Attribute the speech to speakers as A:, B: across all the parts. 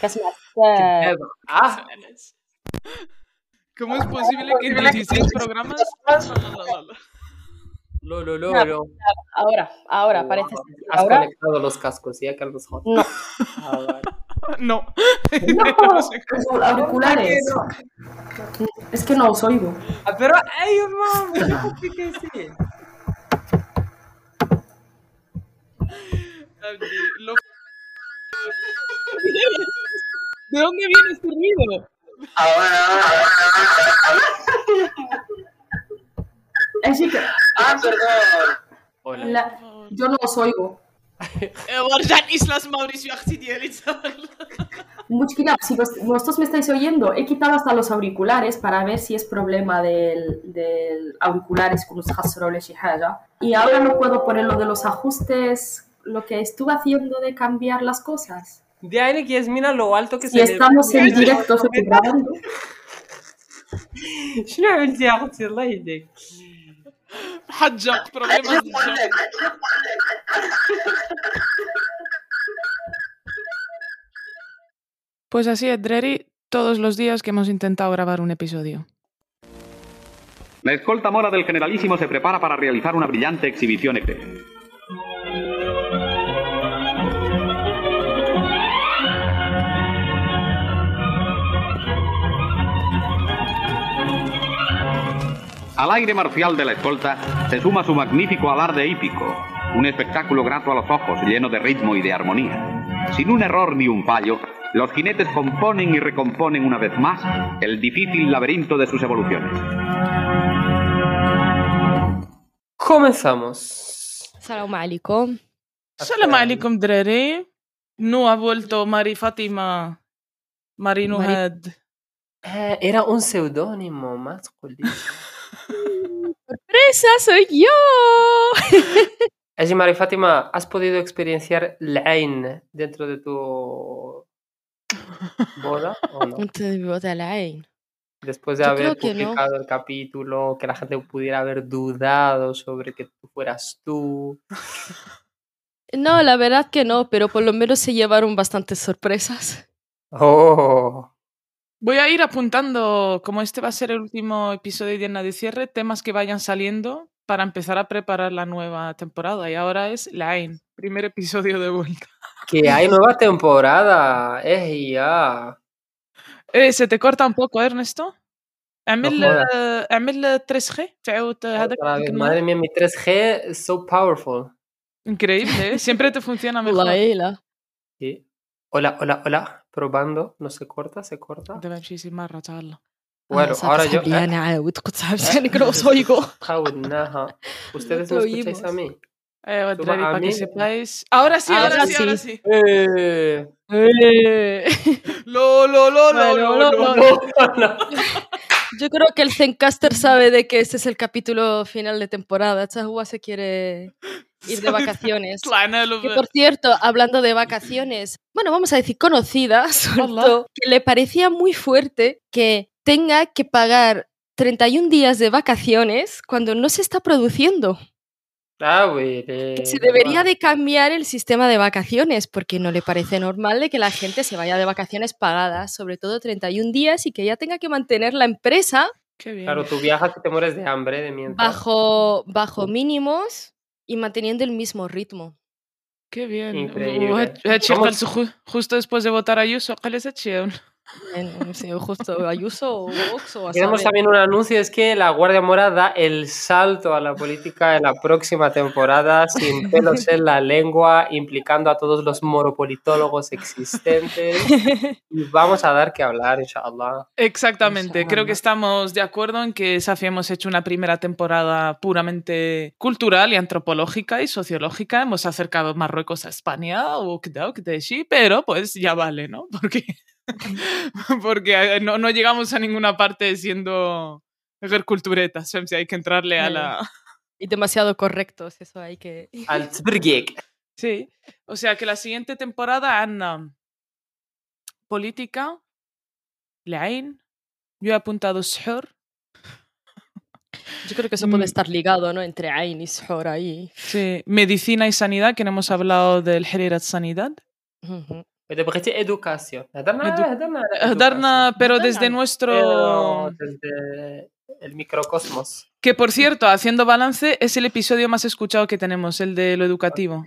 A: Casma. ¿Qué
B: pedo? Ah,
C: ¿Cómo es posible que en 16 programas?
B: Lolo, lolo.
A: Ahora, ahora, parece
B: Has
A: Ahora,
B: conectado los cascos, ya, Carlos J.
A: no.
B: Ah, vale.
C: No. No sé cómo.
D: Los auriculares. Es que no os oigo.
E: Ah, Pero, ¡ay, mami! ¿Qué que sí?
C: Lo- ¿De dónde viene este ruido?
D: Así que
F: Ah, perdón.
B: Hola.
D: la- yo no os oigo.
C: ورجعت اسلاس ماوريسيو اختي ديالي تسمع
D: Muchina, si vos- vosotros me estáis oyendo, he quitado hasta los auriculares para ver si es problema del, del auriculares con los hasroles y haya. Y ahora no puedo poner lo de los ajustes, lo que estuve haciendo de cambiar las cosas.
E: De ahí que Yasmina lo alto que
D: Si
E: se
D: estamos en directo, estoy grabando.
E: le... شنو عملتي يا اختي الله يهديك
C: حجق بروبليم حجق
G: Pues así, Edreri, todos los días que hemos intentado grabar un episodio.
H: La escolta mora del generalísimo se prepara para realizar una brillante exhibición exterior. Al aire marcial de la escolta se suma su magnífico alarde hípico, un espectáculo grato a los ojos, lleno de ritmo y de armonía. Sin un error ni un fallo, los jinetes componen y recomponen una vez más el difícil laberinto de sus evoluciones.
E: Comenzamos.
A: Salam alaikum.
C: السلام عليكم دراري نو افولتو ماري فاطمه ماري
A: ماري-
C: نهاد
E: Ah, era un seudónimo, más قولي
A: ¡Presa soy yo!
E: Allí, María Fátima, ¿has podido experienciar el Ain dentro de tu boda o no? Después de
A: Yo
E: haber
A: creo que no.
E: publicado el capítulo, que la gente pudiera haber dudado sobre que tú fueras tú.
A: No, la verdad que no, pero por lo menos se llevaron bastantes sorpresas.
E: Oh,
C: Voy a ir apuntando, como este va a ser el último episodio de Ana de Cierre, temas que vayan saliendo para empezar a preparar la nueva temporada. Y ahora es la AIN, primer episodio de vuelta.
E: que hay nueva temporada. Es ya.
C: Eh, ¿Se te corta un poco, Ernesto? اعمل
E: jodas.
C: آه، اعمل 3G تعود هذاك
E: Otra vez,
C: كنا-
E: Madre mía, mi 3G es so powerful.
C: increíble, ¿eh? siempre te funciona mejor.
A: La Ela.
E: Sí. Hola, hola, hola. Probando. No se corta, se corta.
C: دابا نمشي شي مرة تعالى
E: Bueno, ahora yo.
A: Ya
E: eh,
A: نعاود كنت صعبت يعني كنا وصايقو.
E: Jaunaja. ¿Ustedes
A: te
E: me escucháis
A: oímos.
E: a mí?
C: ايوا
E: Toma,
C: الدراري باكي
E: عاملين.
C: سيبايس ahora sí ahora,
A: Ahora
C: sí, ahora
A: sí.
C: sí
E: Eh,
C: لو لو لو
A: لو-
C: لو لو
A: لو-
C: لو.
A: لو. Yo creo que el Zencaster sabe de que este es el capítulo final de temporada. Chahua se quiere ir de vacaciones.
C: طلعنا له
A: Que
C: ب-
A: por cierto, hablando de vacaciones, bueno, vamos a decir conocida, soltó que le parecía muy fuerte que tenga que pagar 31 días de vacaciones cuando no se está produciendo.
E: ah, güey,
A: Que se
E: eh,
A: debería
E: va.
A: de cambiar el sistema de vacaciones porque no le parece normal de que la gente se vaya de vacaciones pagadas, sobre todo 31 días y que ella tenga que mantener la empresa
C: Qué bien.
E: Claro, tú viajas y te mueres de hambre de mientras.
A: bajo, bajo mínimos y manteniendo el mismo ritmo.
C: Qué bien. Uh,
E: Increíble.
C: وهاد- هادشي
E: Vamos.
C: قالت خو- خوستو después de votar a Ayuso, قالت هادشي هاون.
A: En- sí, justo Ayuso o Vox o a
E: Tenemos
A: saber.
E: también un anuncio, es que la Guardia Mora da el salto a la política en la próxima temporada sin pelos en la lengua, implicando a todos los moropolitólogos existentes. Y vamos a dar que hablar, inshallah.
C: Exactamente.
E: Inshallah.
C: Creo que estamos de acuerdo en que Safi hemos hecho una primera temporada puramente cultural y antropológica y sociológica. Hemos acercado Marruecos a España, o quda, o quda, sí, pero pues ya vale, ¿no? Porque, porque eh, no, no llegamos a ninguna parte siendo culturetas. Si hay que entrarle a la,
A: y demasiado correctos, eso hay que...
E: Al Zbirgek.
C: Sí, o sea que la siguiente temporada Anna política, Lain, yo he apuntado Sehor,
A: Yo creo que eso puede
C: Mm.
A: estar ligado, ¿no? Entre Ain y Sihor ahí.
C: medicina y sanidad, que no hemos hablado del Herirat Sanidad,
A: Ujú.
E: Pero dijiste educación. Hadarna,
C: Edu-
E: hadarna,
C: Darna, pero
A: Darna.
C: desde
E: educación.
C: nuestro...
E: Pero desde el microcosmos.
C: Que por cierto, haciendo balance, es el episodio más escuchado que tenemos, el de lo educativo.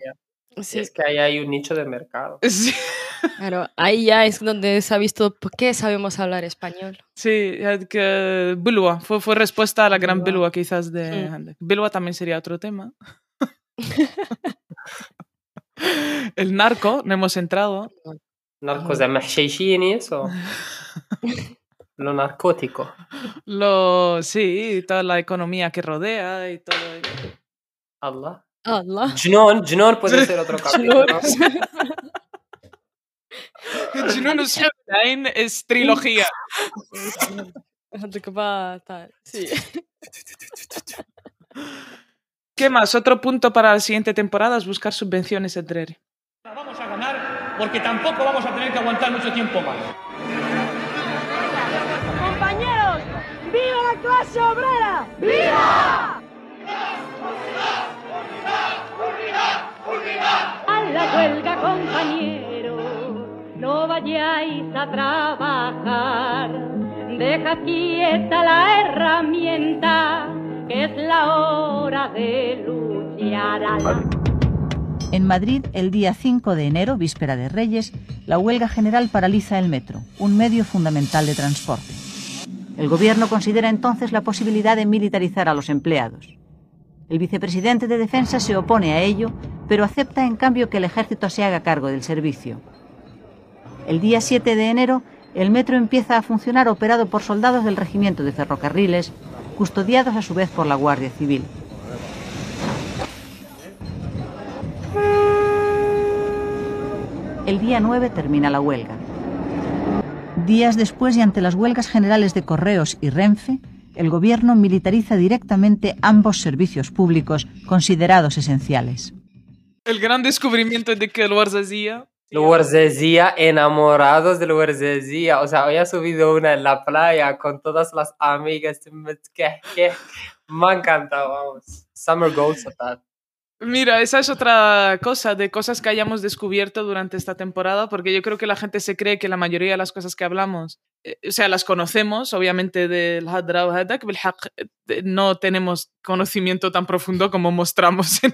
A: Sí,
E: Es que ahí hay un nicho de mercado.
C: Sí,
A: claro. Ahí ya es donde se ha visto por qué sabemos hablar español.
C: sí, eh, que Bilwa, fue, fue respuesta a la gran
E: Bilwa.
C: Bilwa quizás de
A: Sí.
C: Handel. Bilwa también sería otro tema. el narco, no hemos entrado.
E: Narcos de Mahshishini, eso. Lo narcótico.
C: Lo, sí, toda la economía que rodea y todo.
E: Allah.
A: Allah.
E: Jnón, Jnón puede ser otro capítulo.
C: Junun Shevlein es trilogía.
A: Sí.
C: ¿Qué más? Otro punto para la siguiente temporada es buscar subvenciones entre él.
F: Vamos a ganar porque tampoco vamos a tener que aguantar mucho tiempo más.
I: Compañeros, ¡viva la clase obrera! ¡Viva! A la huelga, compañeros, no vayáis a trabajar. Deja quieta la herramienta, que es la hora de luchar a la...
J: En Madrid, el día 5 de enero, víspera de Reyes, la huelga general paraliza el metro, un medio fundamental de transporte. El gobierno considera entonces la posibilidad de militarizar a los empleados. El vicepresidente de Defensa se opone a ello, pero acepta en cambio que el ejército se haga cargo del servicio. El día 7 de enero, el metro empieza a funcionar operado por soldados del Regimiento de Ferrocarriles, custodiados a su vez por la Guardia Civil. El día 9 termina la huelga. Días después y ante las huelgas generales de Correos y Renfe, el gobierno militariza directamente ambos servicios públicos considerados esenciales.
C: El gran descubrimiento de que el Warzazía.
E: Lugarzezía, enamorados de Lugarzezía. O sea, hoy ha subido una en la playa con todas las amigas. Me, que- que- me ha encantado, vamos. Summer goals total.
C: Mira, esa es otra cosa de cosas que hayamos descubierto durante esta temporada, porque yo creo que la gente se cree que la mayoría de las cosas que hablamos, eh, o sea, las conocemos, obviamente del Hadra o Hadak, bil haq, eh, no tenemos conocimiento tan profundo como mostramos en,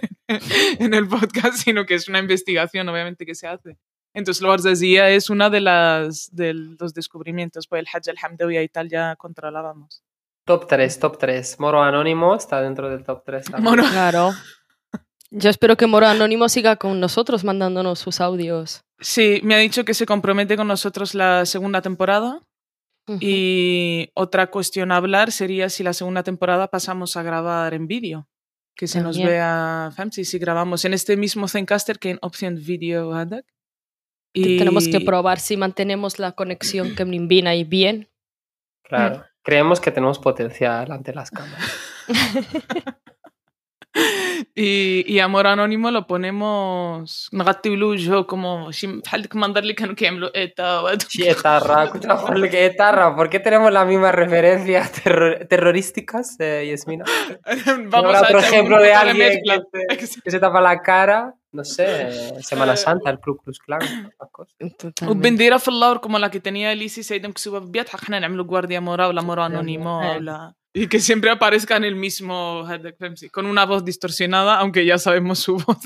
C: en el podcast, sino que es una investigación, obviamente, que se hace. Entonces, lo Arzazía es una de las de los descubrimientos, pues el Hajj al-Hamdawi y tal ya controlábamos.
E: Top 3, top 3. Moro Anónimo está dentro del top 3.
C: Bueno,
A: Claro. Yo espero que Moro Anónimo siga con nosotros mandándonos sus audios.
C: Sí, me ha dicho que se compromete con nosotros la segunda temporada. Y otra cuestión a hablar sería si la segunda temporada pasamos a grabar en vídeo. Que se nos
A: También.
C: vea Fancy si grabamos en este mismo Zencaster que en Option Video Hadak.
A: Que
C: Y
A: Tenemos que probar si mantenemos la conexión que Nimbina ahí bien.
E: Claro. Creemos que tenemos potencial ante las cámaras.
C: y, y Amor Anónimo lo ponemos. نغطيولو وجهه como شي بحال ديك المنظر اللي كانوا كيعملوا إيتا وهادو.
E: Sí, etarra, escucha, ponle que etarra. ¿Por qué tenemos las mismas referencias terro- terrorísticas, eh, Yasmina?
C: Vamos
E: Habrá
C: a
E: otro
C: hacer
E: ejemplo
C: una
E: de
C: doble
E: alguien
C: mezcla.
E: que se, que se tapa la cara. No sé, eh, Semana Santa, el Ku Klux Klan, esas cosas.
C: Mm, pues وبنديرها في اللور كما لا كي تانية ليسي سيدا مكسوبه في بيات حق حنا نعملوا غوارديا مورا ولا مورا انونيمو ولا Y que siempre aparezca en el mismo Haddock Ramsey, con una voz distorsionada, aunque ya sabemos su voz.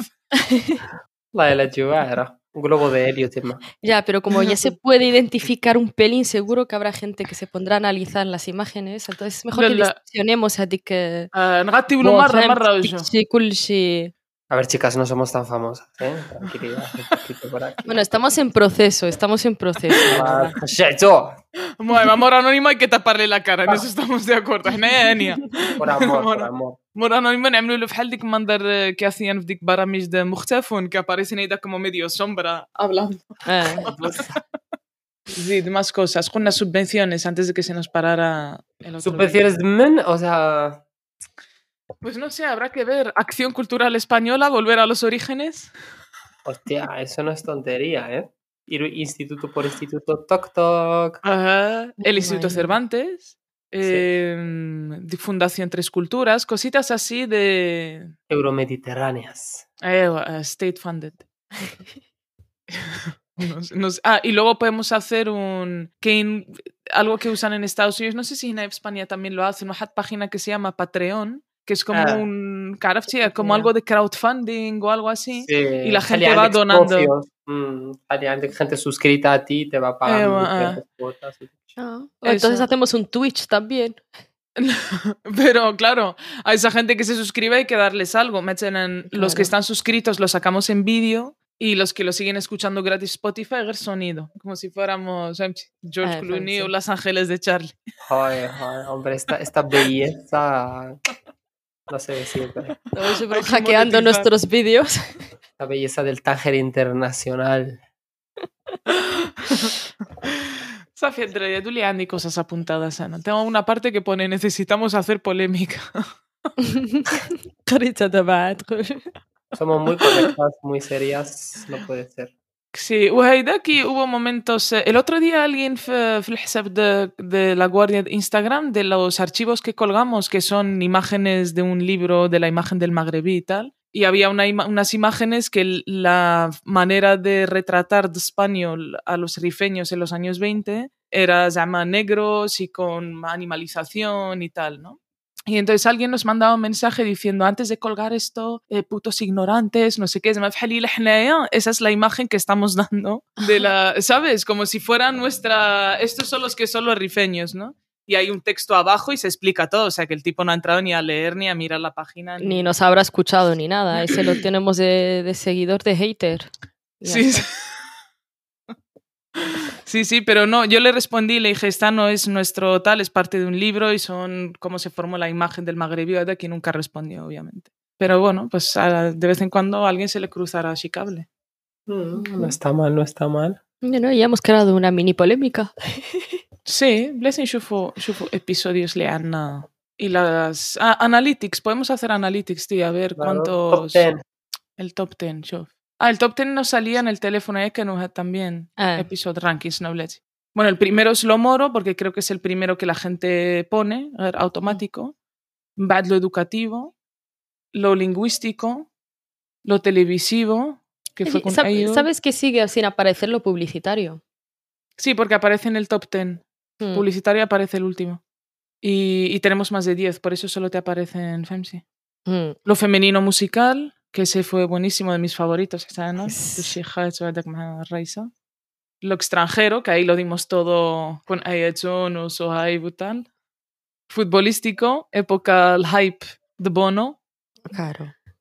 E: La de la lluvia era un globo de helio, tema.
A: Ya, pero como ya se puede identificar un pelín, seguro que habrá gente que se pondrá a analizar las imágenes. Entonces es mejor que
C: Lola.
A: distorsionemos a ti que.
C: آه، نغطيولو مره مره وجهه
E: A ver, chicas, no somos tan famosas, ¿eh? Tranquilidad, un poquito por aquí.
A: Bueno, estamos en proceso, estamos en proceso.
E: Ah, yo,
C: المهم مورا انونيمو hay que taparle la cara, en eso estamos de acuerdo. حنايا هانيه
E: Por amor, por
C: Bueno.
E: amor.
C: مورا انونيمو نعملوا له بحال ديك المنظر آه، كي هacían في ديك برامج د مختفون que aparecen ahí da como medio sombra hablando.
A: Ah,
C: زيد más cosas, قلنا subvenciones antes de que se nos parara el otro día.
E: Subvenciones de men, o sea,
C: Pues no sé, habrá que ver. Acción cultural española, volver a los orígenes.
E: hostia, eso no es tontería, ¿eh? Ir instituto por instituto, toc, toc.
C: Ajá. El
A: Ay,
C: Instituto
A: vaya.
C: Cervantes. em, de Fundación Tres Culturas. Cositas así de.
E: Euromediterráneas.
C: eh, eh, state funded. No sé, no sé. Ah, y luego podemos hacer un. Que en- algo que usan en Estados Unidos, no sé si en España también lo hacen, una página que se llama Patreon, que es como
E: Ah.
C: un. cara- sí, como algo de crowdfunding o algo así.
E: Sí,
C: y la gente
E: salían
C: va
E: expropios,
C: donando.
E: mm, salían de gente suscrita a ti te va pagando
C: va, ah.
E: diferentes cuotas.
A: Ah, o entonces
C: Eso.
A: hacemos un Twitch también.
C: Pero claro, a esa gente que se suscribe hay que darles algo. Meten en- Los que
A: Claro.
C: están suscritos los sacamos en vídeo y los que lo siguen escuchando gratis Spotify, el sonido. Como si fuéramos em, George
A: Ah,
C: Clooney
A: fancy.
C: o Las Ángeles de Charlie.
E: Joder, joder, hombre, esta, esta belleza no se ve siempre.
A: Estamos
C: Hay que
A: hackeando
C: monetizar.
A: nuestros vídeos.
E: La belleza del Tánger internacional.
C: Safia, entre día tú le andas cosas apuntadas, Ana. Tengo una parte que pone necesitamos hacer polémica.
A: Carita de batro.
E: Somos muy conectadas, muy serias, no puede ser.
C: Sí, aquí hubo momentos. eh, El otro día alguien fue fue el حساب de, de la guardia de Instagram de los archivos que colgamos, que son imágenes de un libro, de la imagen del magrebí y tal. Y había una ima- unas imágenes que l- la manera de retratar de español a los rifeños en los años 20 era llama negros y con animalización y tal, ¿no? Y entonces alguien nos mandaba un mensaje diciendo, antes de colgar esto, eh, putos ignorantes, no sé qué, زعما بحال إلا حنايا". esa es la imagen que estamos dando de la, ¿sabes? Como si fuera nuestra, estos son los que son los rifeños, ¿no? Y hay un texto abajo y se explica todo, o sea que el tipo no ha entrado ni a leer, ni a mirar la página.
A: Ni nos habrá escuchado ni nada. Ese lo tenemos de, de seguidor de hater. Ya
C: Sí.
A: está.
C: Sí, sí, pero no, yo le respondí, le dije, esta no es nuestro tal, es parte de un libro y son cómo se formó la imagen del magrebí, de que nunca respondió, obviamente. Pero bueno, pues a- de vez en cuando a alguien se le cruzará así cable.
E: Mm, No está mal, no está mal.
A: Bueno, ya hemos creado una mini polémica.
C: Sí, Blessing Shufo, episodios le han... ah, Y las... ah, analytics, podemos hacer analytics, tío, a ver
E: Claro,
C: cuántos...
E: top ten.
C: El top 10, yo. Ah, el top 10 nos salía en el teléfono, es que nos ha- también.
A: Ah.
C: Episode rankings, no blech. Bueno, el primero es lo moro, porque creo que es el primero que la gente pone, a ver, automático. Bad lo educativo, lo lingüístico, lo televisivo, que fue con
A: Sab-
C: ellos.
A: ¿Sabes que sigue sin aparecer lo publicitario?
C: Sí, porque aparece en el top 10.
A: Mm.
C: Publicitario aparece el último. Y, y tenemos más de 10, por eso solo te aparece en FEMSI.
A: Mm.
C: Lo femenino musical, que ese fue buenísimo de mis favoritos esta
A: Yes.
C: Lo extranjero, que ahí lo dimos todo con Ayachonos o Butal. Futbolístico, época el hype de Bono.
A: Claro. Que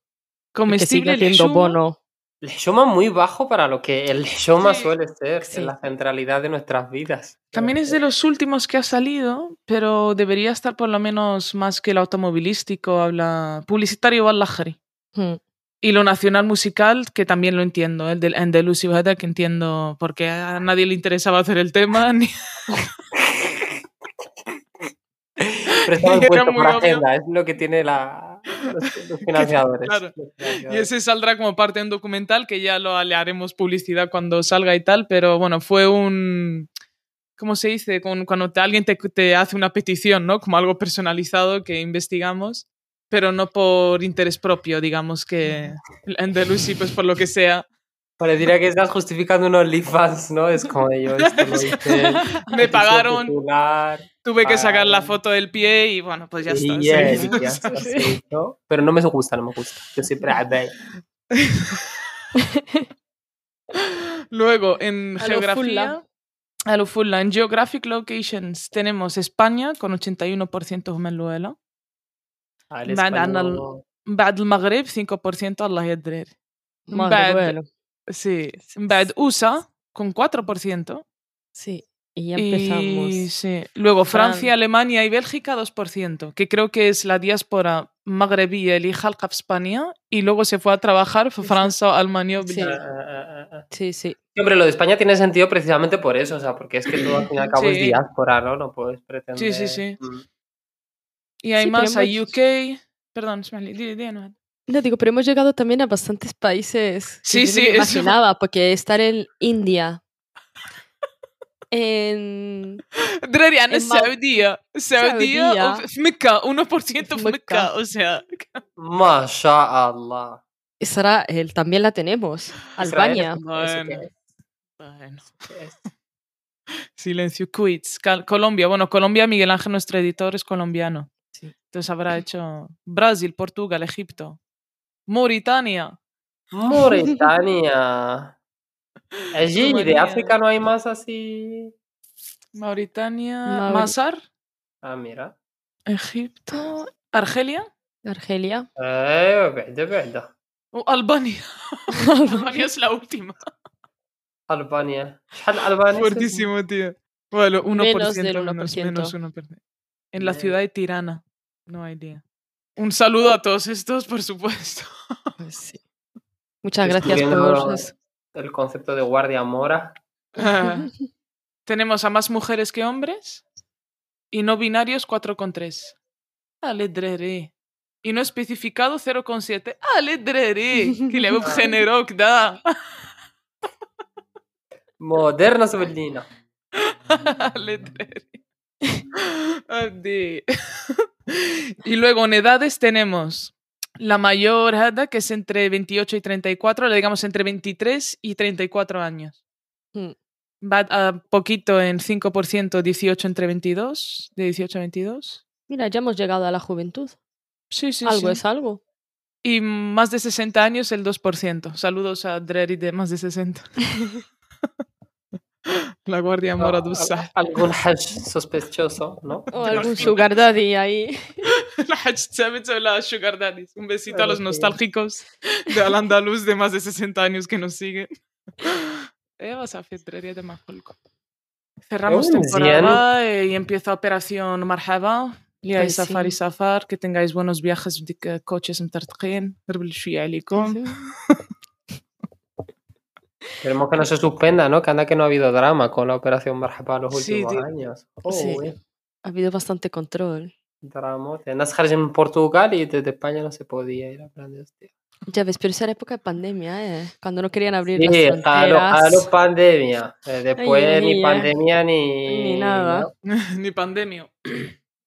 C: Comestible,
A: sigue siendo
C: Leshuma.
A: bono.
E: El Shoma muy bajo para lo que el Shoma
C: Sí.
E: suele ser,
A: Sí.
E: en la centralidad de nuestras vidas. Eh,
C: También es de los últimos que ha salido, pero debería estar por lo menos más que el automovilístico, habla publicitario o
A: Mm.
C: Y lo nacional musical, que también lo entiendo, el del Andalus y Bada, que entiendo porque a nadie le interesaba hacer el tema, ni
E: Pero estaba
C: Era
E: puesto
C: muy
E: por
C: obvio.
E: agenda, es lo que tiene la, los, los financiadores.
C: Claro.
E: Los
C: y
E: financiadores.
C: ese saldrá como parte de un documental que ya lo le haremos publicidad cuando salga y tal, pero bueno, fue un... ¿Cómo se dice? Con- Cuando te- alguien te, te hace una petición, ¿no? Como algo personalizado que investigamos, pero no por interés propio, digamos que el Andalusi, pues por lo que sea.
E: Pareciera que estás justificando unos OnlyFans, ¿no? Es como yo, esto lo hice,
C: Me
E: petición
C: pagaron,
E: popular,
C: tuve que sacar la
E: pagaron.
C: foto del pie y bueno, pues ya
E: y
C: está.
E: ya,
C: sí.
E: y ya está, sí, ¿no? Pero no me gusta, no me gusta. Yo siempre, ah, ve,
C: Luego, en
A: A lo
C: geografía,
A: fulla.
C: a lo full, en geographic locations tenemos España con 81% Meluela,
E: ah, el
C: Van
E: español,
C: al- بعد المغرب 5% الله يدرير
A: Madre,
C: Bad.
A: bueno.
C: sí بعد USA con 4%
A: Sí. Y ya empezamos.
C: y sí. luego
A: Fran-
C: Francia, Alemania y Bélgica 2% que creo que es la diáspora magrebí el Halka España y luego se fue a trabajar fue Francia, Alemania
A: Sí.
E: ah,
C: Bélgica.
E: ah, ah, ah.
A: Sí, sí.
E: Sí, Hombre, lo de España tiene sentido precisamente por eso, o sea, porque es que tú al fin y al cabo es
C: Sí.
E: diáspora, ¿no? No puedes pretender.
C: Sí, sí, sí.
E: Mm.
C: y hay
A: Sí, pero
C: más hay
A: hemos-
C: UK perdón Ismael, di- di, Ana.
A: No digo, pero hemos llegado también a bastantes países. que
C: Sí,
A: yo no
C: sí,
A: me
C: eso.
A: imaginaba, porque estar en India, en
C: دراري
A: En
C: عندنا
A: Mau-
C: السعودية السعودية
A: Saudía.
C: وف- في مكة 1% في
A: في
C: مكة
A: Mecca.
C: o sea
E: Masha Allah.
A: Israel, también la tenemos, Albania.
E: Israel, Ah, ¿eso qué es?
C: Bueno. Silencio, quits. Cal- Colombia, bueno, Colombia, Miguel Ángel, nuestro editor, es colombiano. Entonces habrá hecho Brasil, Portugal, Egipto, Mauritania.
E: Mauritania. Allí de
C: Rumanía.
E: África no hay más así.
C: Mauritania,
E: Mauri-
C: Mazar,
E: Ah, mira.
C: Egipto, Argelia,
A: Argelia.
E: Eh, بعدة بعدة.
C: o Albania. Albania es la última.
E: Albania. شحال Albania
C: Fuertísimo, tío. Bueno, 1%.
A: Menos del
C: menos,
A: 1%.
C: menos 1%. En la ciudad de Tirana. No hay día. Un saludo a todos estos, por supuesto.
A: pues Muchas gracias por
E: Descubriendo
A: sus-
E: El concepto de guardia mora.
C: Ah. Tenemos a más mujeres que hombres y no binarios 4,3. Aledreré. Y no especificado 0,7. Aledreré. Que le hago un género que da.
E: Moderna Subelina.
C: Aledreré. Abdi. Y luego en edades tenemos la mayor hada que es entre 28 y 34, le digamos entre 23 y 34 años.
A: Mm.
C: Va a poquito en 5%, 18 entre 22, de 18 a 22.
A: Mira, ya hemos llegado a la juventud.
C: Sí, sí,
A: algo
C: sí.
A: es algo.
C: Y más de 60 años, el 2%. Saludos a Drery de más de 60. la Guardia Mora
E: Al-
C: Dusa.
E: Algún hash sospechoso, ¿no?
A: O algún sugar daddy ahí.
C: La Hach Chavez o la Sugar Daddies. Un besito a los
E: Ok.
C: nostálgicos de Al Andaluz de más de 60 años que nos siguen. Eva Safia Drery de Majolco. Cerramos
E: Muy
C: temporada eh, y empieza Operación Marhaba. Lia
A: Pues
C: Safar y
A: sí.
C: Safar. Que tengáis buenos viajes, dik, eh, coches en Tartquen.
E: Esperemos que no se suspenda, ¿no? Que anda que no ha habido drama con la operación Marjapa en los
C: Sí, Oh, eh.
E: últimos
C: tío.
E: años.
A: Sí.
E: Joder,
A: Ha habido bastante control.
E: dramote. Nasjar en Portugal y desde España no se podía ir a plan de hostia.
A: Ya ves, pero esa era época de pandemia, ¿eh? Cuando no querían abrir
E: Sí,
A: las
E: claro,
A: fronteras.
E: claro, pandemia. Eh, después
A: Ay,
E: ni
A: mía.
E: pandemia ni...
A: Ni nada.
C: Ni pandemia.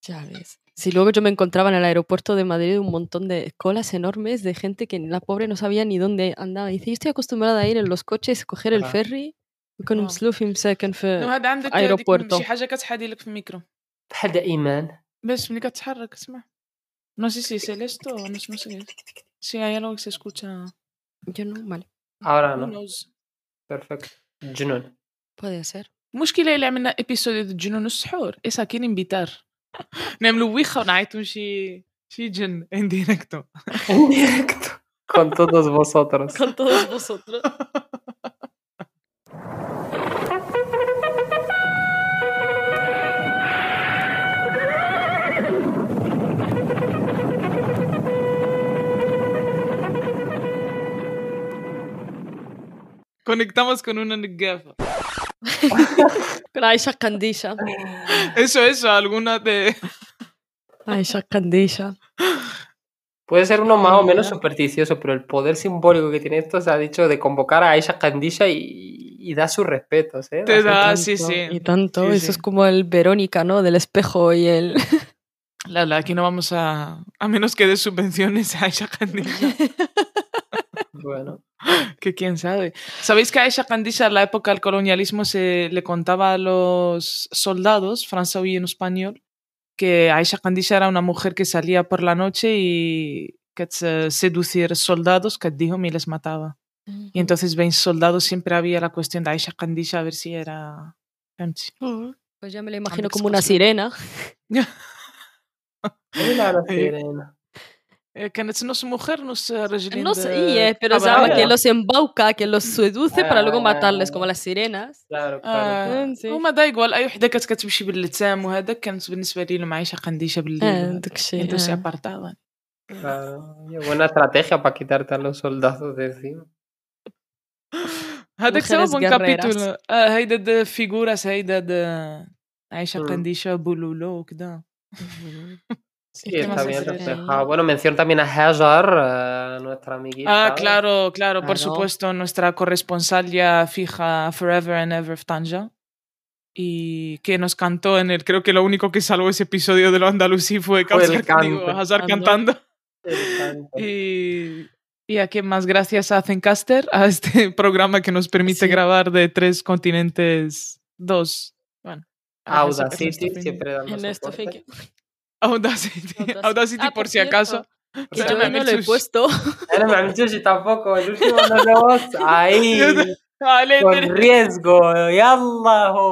A: Ya ves. Si luego yo me encontraba en el aeropuerto de Madrid un montón de colas enormes de gente que la pobre no sabía ni dónde andaba. Y dice, yo estoy acostumbrada a ir en los coches, coger el
E: Claro.
A: ferry. كنا
C: آه.
A: مسلوفين مساكن في
C: وهذا عندك
A: Aeropuerto.
C: ديك شي حاجه كتحادي لك في الميكرو
E: بحال دا إيمان
C: باش ملي كتحرك اسمع نو سي سي سي esto no sé no sé si hay algo que se escucha
A: Yo no, vale.
E: ahora
C: who
E: Ah, no
C: knows
E: perfecto جنون
A: Puede ser.
C: المشكله الا عملنا ابيسوديو ديال الجنون والسحور اي ساكن انبتار نعملو ويخه ونعيطو شي شي جن ان ديريكتو
E: en directo con todos vosotros
A: Con todos vosotros.
C: conectamos con una gafa
A: Con Aisha Candisha.
C: eso eso alguna de
A: Aisha Candisha.
E: puede ser uno más o menos supersticioso pero el poder simbólico que tiene esto se ha dicho de convocar a Aisha Kandisha y, y da sus respetos ¿eh?
C: Te
E: Da
C: da- Ah,
A: Y
C: sí,
A: tanto,
C: sí.
A: Y tanto.
C: Sí,
A: Eso
C: sí.
A: es como el Verónica, ¿no? Del espejo y el...
C: La, la, aquí no vamos a. A menos que dé subvenciones a Aisha Kandisha,
E: sus- bueno
C: que quién sabe. ¿Sabéis que a Aisha Kandisha en la época del colonialismo se le contaba a los soldados, franceses y en español, que Aisha Kandisha era una mujer que salía por la noche y que se- seducir soldados, que dijo y les mataba.
A: Mm.
C: Y entonces, veis, soldados siempre había la cuestión de Aisha Kandisha, a ver si era. femchi.
A: Pues ya me la imagino
C: Alex
A: como una
C: Cosme.
A: sirena.
E: mira la
C: Sí.
E: sirena
C: Eh, Que no es mujer, no es eh,
A: No sé,
C: de-
A: y, eh, pero
C: Habanera.
A: sabe que los embauca, que los seduce para luego
E: Ah.
A: matarles como las sirenas.
E: claro claro
C: آه،
A: فهمتي.
C: هما دا يقول اي وحده كانت كتمشي باللتام وهذاك كانت بالنسبه لي معيشه قنديشه
A: Ah, Eh,
C: بالليل
A: داك
C: انتو سي
A: الشيء
C: ابارتادا
E: claro. Oye, buena estrategia para quitarte a los soldados de encima
C: هذاك سوا
A: Mujeres
C: بون
A: guerreras.
C: كابيتول آه، هيدا د فيغوراس هيدا د عايشه
E: مم.
C: قنديشه بولولو وكذا
E: Sí,
C: ¿Qué
E: está
C: más
E: bien
C: hacer ahí?
E: reflejado. Bueno, mención también a Hajar, eh, nuestra amiguita.
C: Ah, claro, claro, por
A: Claro.
C: supuesto, nuestra corresponsal ya fija Forever and Ever of Tanja. Y que nos cantó en el. Creo que lo único que salvó ese episodio de lo andalusí fue,
E: Fue el
C: Hazar- digo,
E: canto.
C: Hazar
A: Cantando.
C: cantando.
E: El canto.
C: Y Y a quien más gracias a Zencaster, a este programa que nos permite grabar de tres continentes, dos. Bueno,
E: Audacity siempre dando soporte.
C: Audacity, Audacity,
A: Ah,
C: por
A: por
C: si acaso.
A: Que yo no lo he puesto.
E: Ahora me han dicho si tampoco, el último no lo hemos- ahí,
C: Vale,
E: con
C: pero-
E: riesgo, yallahu.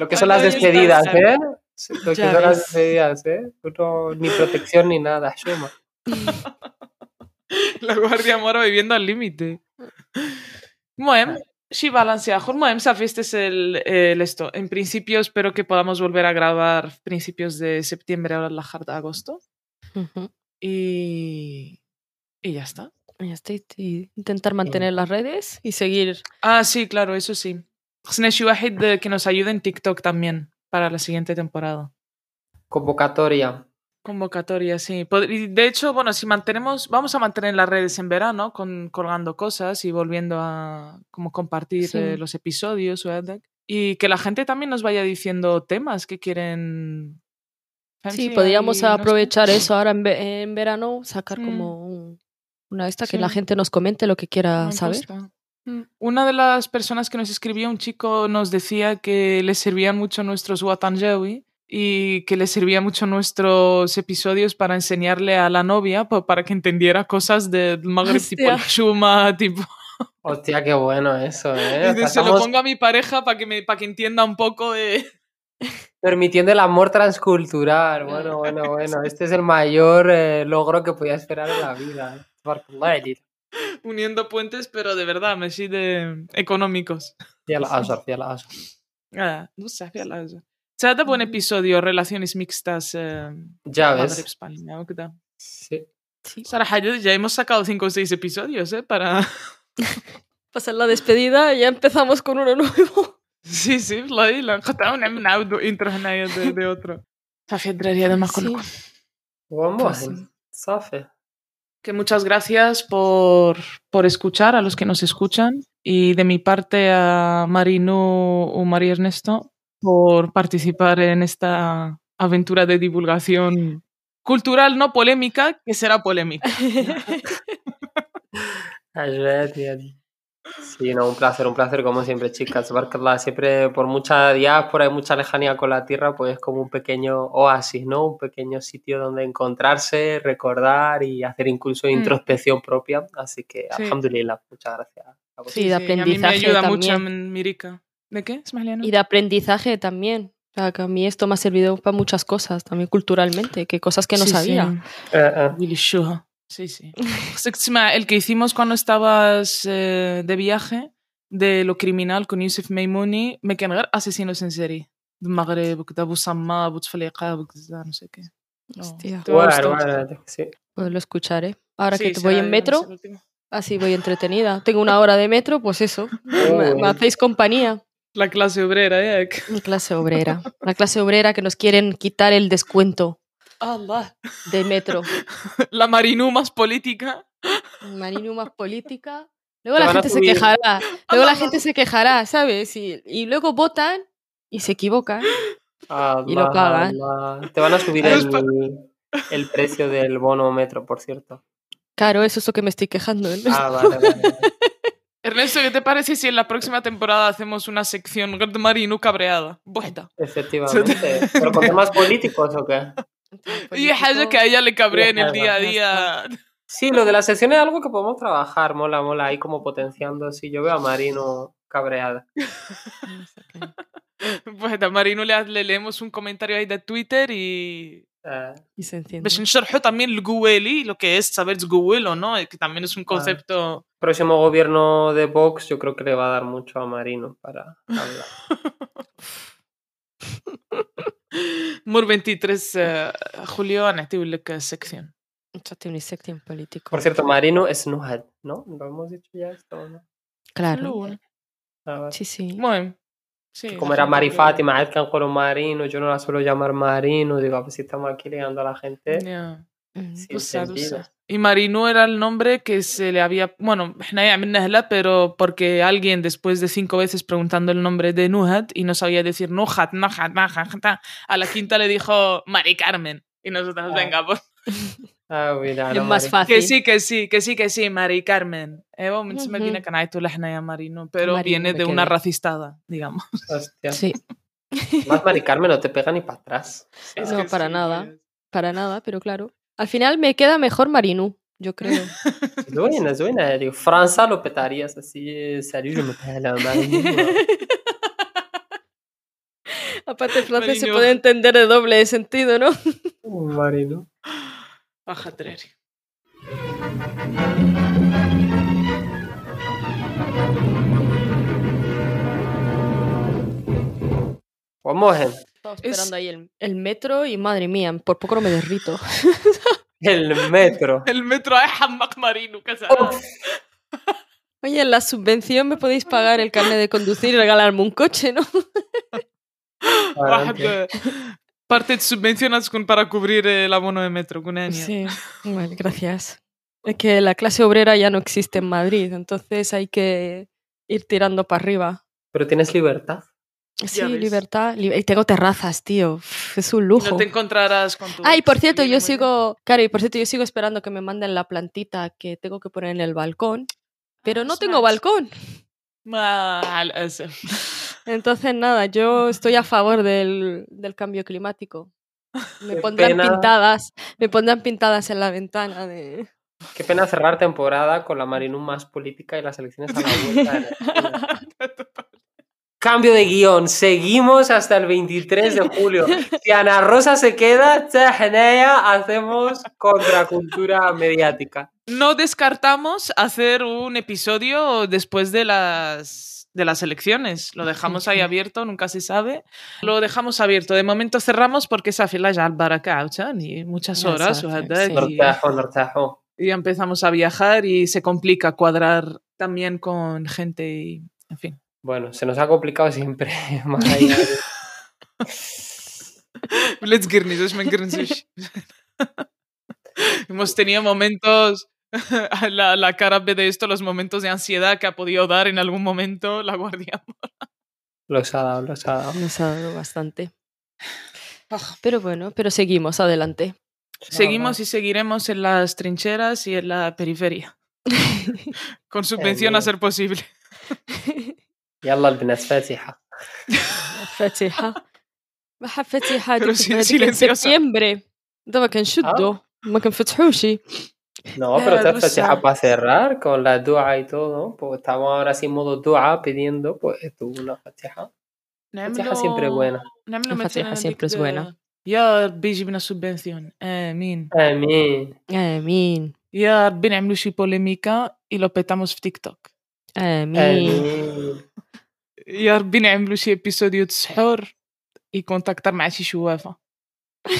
E: Lo que son las
C: Ay, no, ya está,
E: despedidas,
C: ya
E: ¿eh?
C: está.
E: Lo que
A: Ya
E: son las
A: ves.
E: despedidas, ¿eh? No, ni protección ni nada, Shuma.
C: La Guardia Mora viviendo al límite. Moem, si balanceajo. Moem, ¿sabes el, el esto? En principio espero que podamos volver a grabar principios de septiembre, ahora la jarta de agosto. Y... y ya está.
A: Y ya estoy- y intentar mantener las redes y seguir.
C: Ah, sí, claro, eso sí. Xneshi Wahid, eh, que nos ayude en TikTok también para la siguiente temporada.
E: Convocatoria.
C: Convocatoria, sí. Pod- y De hecho, bueno, si mantenemos, vamos a mantener las redes en verano, con, colgando cosas y volviendo a como compartir
A: Sí.
C: eh, los episodios. ¿verdad? Y que la gente también nos vaya diciendo temas que quieren.
A: Sí,
C: Fancy,
A: podríamos
C: ahí, no sé.
A: aprovechar eso ahora en, ve- en verano, sacar
C: Mm.
A: como un- una esta que
C: Sí.
A: la gente nos comente lo que quiera
C: Me
A: saber.
C: gusta. Mm. Una de las personas que nos escribía, un chico, nos decía que le servían mucho nuestros Watanjewi y que le servía mucho nuestros episodios para enseñarle a la novia pa- para que entendiera cosas del Magreb, tipo el
A: Hostia.
C: Shuma, tipo.
E: Hostia, qué bueno eso, ¿eh? O sea,
C: Y se lo
E: estamos
C: pongo a mi pareja para que, me, para que entienda un poco de.
E: permitiendo el amor transcultural. Bueno, bueno, bueno. Este es el mayor eh, logro que podía esperar en la vida. ¿eh? Tabarakallah, Edith.
C: uniendo puentes, pero de verdad, me sí de económicos.
E: Fiel Azar, fiel Azar.
C: Ah, no sé, ya la- Se ha dado buen episodio, relaciones mixtas. eh,
E: Ya ves.
C: Magreb, España, ¿o qué tal?
E: Sí.
C: Sara Hayed, ya hemos sacado 5 o 6 episodios, ¿eh? Para...
A: Pasar la despedida y ya empezamos con uno nuevo.
C: Sí, sí, والله لا انقطعوا نعمل نعاودوا intro هنايا de, de otro. صافي الدراري هذا ما كلكم.
E: Vamos, Safe.
C: Que muchas gracias por, por escuchar a los que nos escuchan y de mi parte a Marino o María Ernesto por participar en esta aventura de divulgación cultural no polémica que será polémica.
E: Ayed, Ayed. Sí, no, un placer, un placer como siempre, chicas. Tabarakallah, siempre por mucha diáspora y mucha lejanía con la tierra, pues es como un pequeño oasis, ¿no? Un pequeño sitio donde encontrarse, recordar y hacer incluso introspección propia. Así que,
C: Sí.
E: alhamdulillah, muchas gracias. a vosotros.
A: Sí, de
C: a mí
A: aprendizaje
C: me ayuda
A: también.
C: mucho Mirica. ¿De qué? Ismailiano?
A: Y de aprendizaje también. O sea, que a mí esto me ha servido para muchas cosas, también culturalmente, que cosas que no
C: Sí,
A: sabía.
C: sí.
E: Eh, eh.
C: Willy Shua. Sí, sí. Sexma, el que hicimos cuando estabas eh, de viaje de lo criminal con Yusuf Maimouni, me quedan غير asesinos en serie. De Magreb, de Abu Samma, Abu Tfaliqa, Abu Qazza, no sé qué. No,
A: Hostia.
C: te va a
E: Bueno,
C: gustar.
E: bueno, sí.
A: Pues lo escucharé. Ahora
C: Sí,
A: que te
C: será
A: voy en
C: el-
A: metro,
C: será el último.
A: así voy entretenida. Tengo una hora de metro, pues eso. Me,
E: Oh.
A: me hacéis compañía.
C: La clase obrera, ¿eh?
A: Mi clase obrera. La clase obrera que nos quieren quitar el descuento
C: Allah.
A: de metro.
C: La marinú más política.
A: Marino más política. Luego
E: Te
A: la
E: van a
A: gente se
E: subir.
A: quejará. Luego la gente se quejará, ¿sabes? Y, y luego votan y se equivocan. Y lo
E: Allah,
A: pagan.
E: Allah. Te van a subir
C: Los
E: el, el precio del bono metro, por cierto.
A: Claro, eso es lo que me estoy quejando. ¿no?
E: Ah, vale, vale.
C: Ernesto, ¿qué te parece si en la próxima temporada hacemos una sección de marinú cabreada? Buena.
E: Efectivamente. ¿Pero con temas políticos o qué?
C: Y es algo que a ella le cabrea en el
E: Político.
C: día a día.
E: Sí, lo de la sección es algo que podemos trabajar, mola, mola, ahí como potenciando. Sí, yo veo a Marino cabreada.
C: Pues a Marino le, le leemos un comentario ahí de Twitter y...
E: Eh,
A: Y se enciende.
C: باش نشرحوا también el Gueli, lo que es saber Google o no, que también es un concepto...
E: próximo gobierno de Vox, yo creo que le va a dar mucho a Marino para hablar.
C: Mur 23 eh, Julio, نعطيو لك sección.
A: Échate un insecto político.
E: Por cierto, Marino es Nuhad, ¿no? Lo hemos dicho ya esto, ¿no?
A: Claro.
E: Ah, vale.
A: Sí, sí.
C: Bueno, sí.
E: Como era Mari Fátima, "Ah, Ed Canjoro Marino, yo no la suelo llamar Marino, digo, a ver si estamos aquí ligando a la gente.
C: Yeah.
A: Mm.
E: sin
C: Usa,
E: sentido.
C: usa. Y Marino era el nombre que se le había. Bueno, حنا عملناه هلا, pero porque alguien después de cinco veces preguntando el nombre de Nuhat y no sabía decir Nuhat, Nahat, Nahat, a la quinta le dijo Mari Carmen. Y nosotros,
E: Ah.
C: venga, pues.
E: Ah, mira,
A: Es más
E: Mari.
A: fácil.
C: Que sí, que sí, que sí, que sí, Mari Carmen. Eh, Evo, me
A: Ujú.
C: viene canaito lejna ya Marino, pero
A: Marino,
C: viene
A: me
C: de una
A: quedé.
C: racistada, digamos.
E: Hostia.
A: Sí,
E: Más Mari Carmen no te pega ni para atrás.
A: no, para nada. Para nada, pero claro. Al final me queda mejor Marinú, yo creo.
E: Es buena, es buena. Digo, Franza lo petarías así. eh, Salir, yo me pega la madre.
A: Aparte, el francés se
C: Marinú.
A: puede entender de doble sentido, ¿no?
E: Marino.
C: Baja Treri.
E: Vamos en
A: Estaba
C: Es-
A: esperando ahí el, el metro y madre mía, por poco no me derrito.
E: el metro.
C: El metro es Hammak Marino, que se
A: Oye, en la subvención me podéis pagar el carnet de conducir y regalarme un coche, ¿no?
E: Adelante.
C: Parte de subvencionas con- para cubrir el abono de metro, con
A: Sí, vale, gracias. Es que la clase obrera ya no existe en Madrid, entonces hay que ir tirando para arriba.
E: Pero tienes libertad.
A: Sí,
C: ves.
A: libertad. li- y tengo terrazas, tío. Uf, Es un
C: No
A: lujo.
C: te encontrarás con tu.
A: Ah, y por cierto, yo
C: Muy
A: sigo, claro, y por cierto, yo sigo esperando que me manden la plantita que tengo que poner en el balcón, pero no
C: Smash.
A: tengo balcón.
C: Mal, eso.
A: Entonces, nada, yo estoy a favor del, del cambio climático. Me
E: Qué
A: pondrán
E: pena.
A: pintadas, me pondrán pintadas en la ventana de.
E: Qué pena cerrar temporada con la Marinú más política y las elecciones a la vuelta. de la esquina. Cambio de guión. Seguimos hasta el 23 de julio. Si Ana Rosa se queda, Tejnea, hacemos contracultura mediática.
C: No descartamos hacer un episodio después de las, de las elecciones. Lo dejamos ahí abierto, nunca se sabe. Lo dejamos abierto. De momento cerramos porque esa fila ya al y muchas
A: Ya
C: horas.
A: sabes,
C: ¿verdad?
A: sí.
C: Y-
E: Norteajo, norteajo.
C: y empezamos a viajar y se complica cuadrar también con gente y, en fin.
E: Bueno, se nos ha complicado siempre. más allá de-
C: Let's get it, let's make it. Hemos tenido momentos, la, la cara B de esto, los momentos de ansiedad que ha podido dar en algún momento la guardia.
E: Los ha dado, los ha dado.
A: Nos ha dado bastante.
C: Ah.
A: Pero bueno, pero seguimos adelante.
C: Seguimos y seguiremos en las trincheras y en la periferia. Con subvención a ser posible.
E: يلا البنات فاتحة
A: Fatiha. Baja Fatiha,
C: Pero
A: yo
C: sí,
A: creo que en
C: silenciosa.
A: septiembre. Daba que enxudo, ma que enfathushi.
E: No,
C: Ah,
E: pero está
C: rusa.
E: fatiha para cerrar con la dua y todo. Pues estamos ahora sin modo dua pidiendo, pues tú una fatiha. Fatiha siempre buena.
A: La fatiha siempre es buena.
C: يا ربي يجيبنا subvención. Amén.
E: Amén.
A: Amin.
C: يا ربي نعملوا شي بوليميكا y lo petamos في تيك توك Eh,
A: Amin.
E: Amén.
C: يا ربي نعملوا شي ابيسوديو السحور يكونتاكتر مع شي شوافه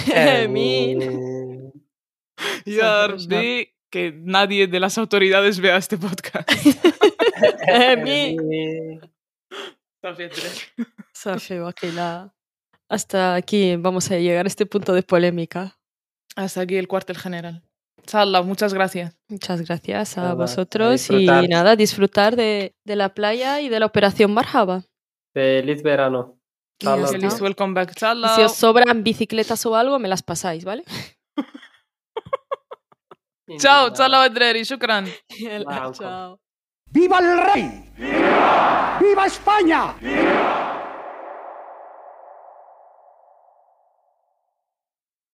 A: Amin.
C: يا
A: صافي إن شاء الله.
C: ربي que nadie de las autoridades vea este podcast.
A: Amin.
E: Amén.
C: صافي الدراري.
A: Safi, Wakila. Hasta aquí vamos a llegar a este punto de polémica.
C: Hasta aquí el cuartel general. Salah, muchas gracias.
A: Muchas gracias a
E: Nada, a
A: vosotros y
E: disfrutar.
A: nada, disfrutar de, de la playa y de la operación Marjaba.
E: Feliz verano.
A: Y ya
E: Salah.
A: está.
C: Feliz welcome back.
A: Y
C: Salah.
A: si os sobran bicicletas o algo, me las pasáis, ¿vale?
C: Chao, Salah الدراري شكرا.
E: Chao.
A: Chao.
K: ¡Viva el rey! ¡Viva! ¡Viva España!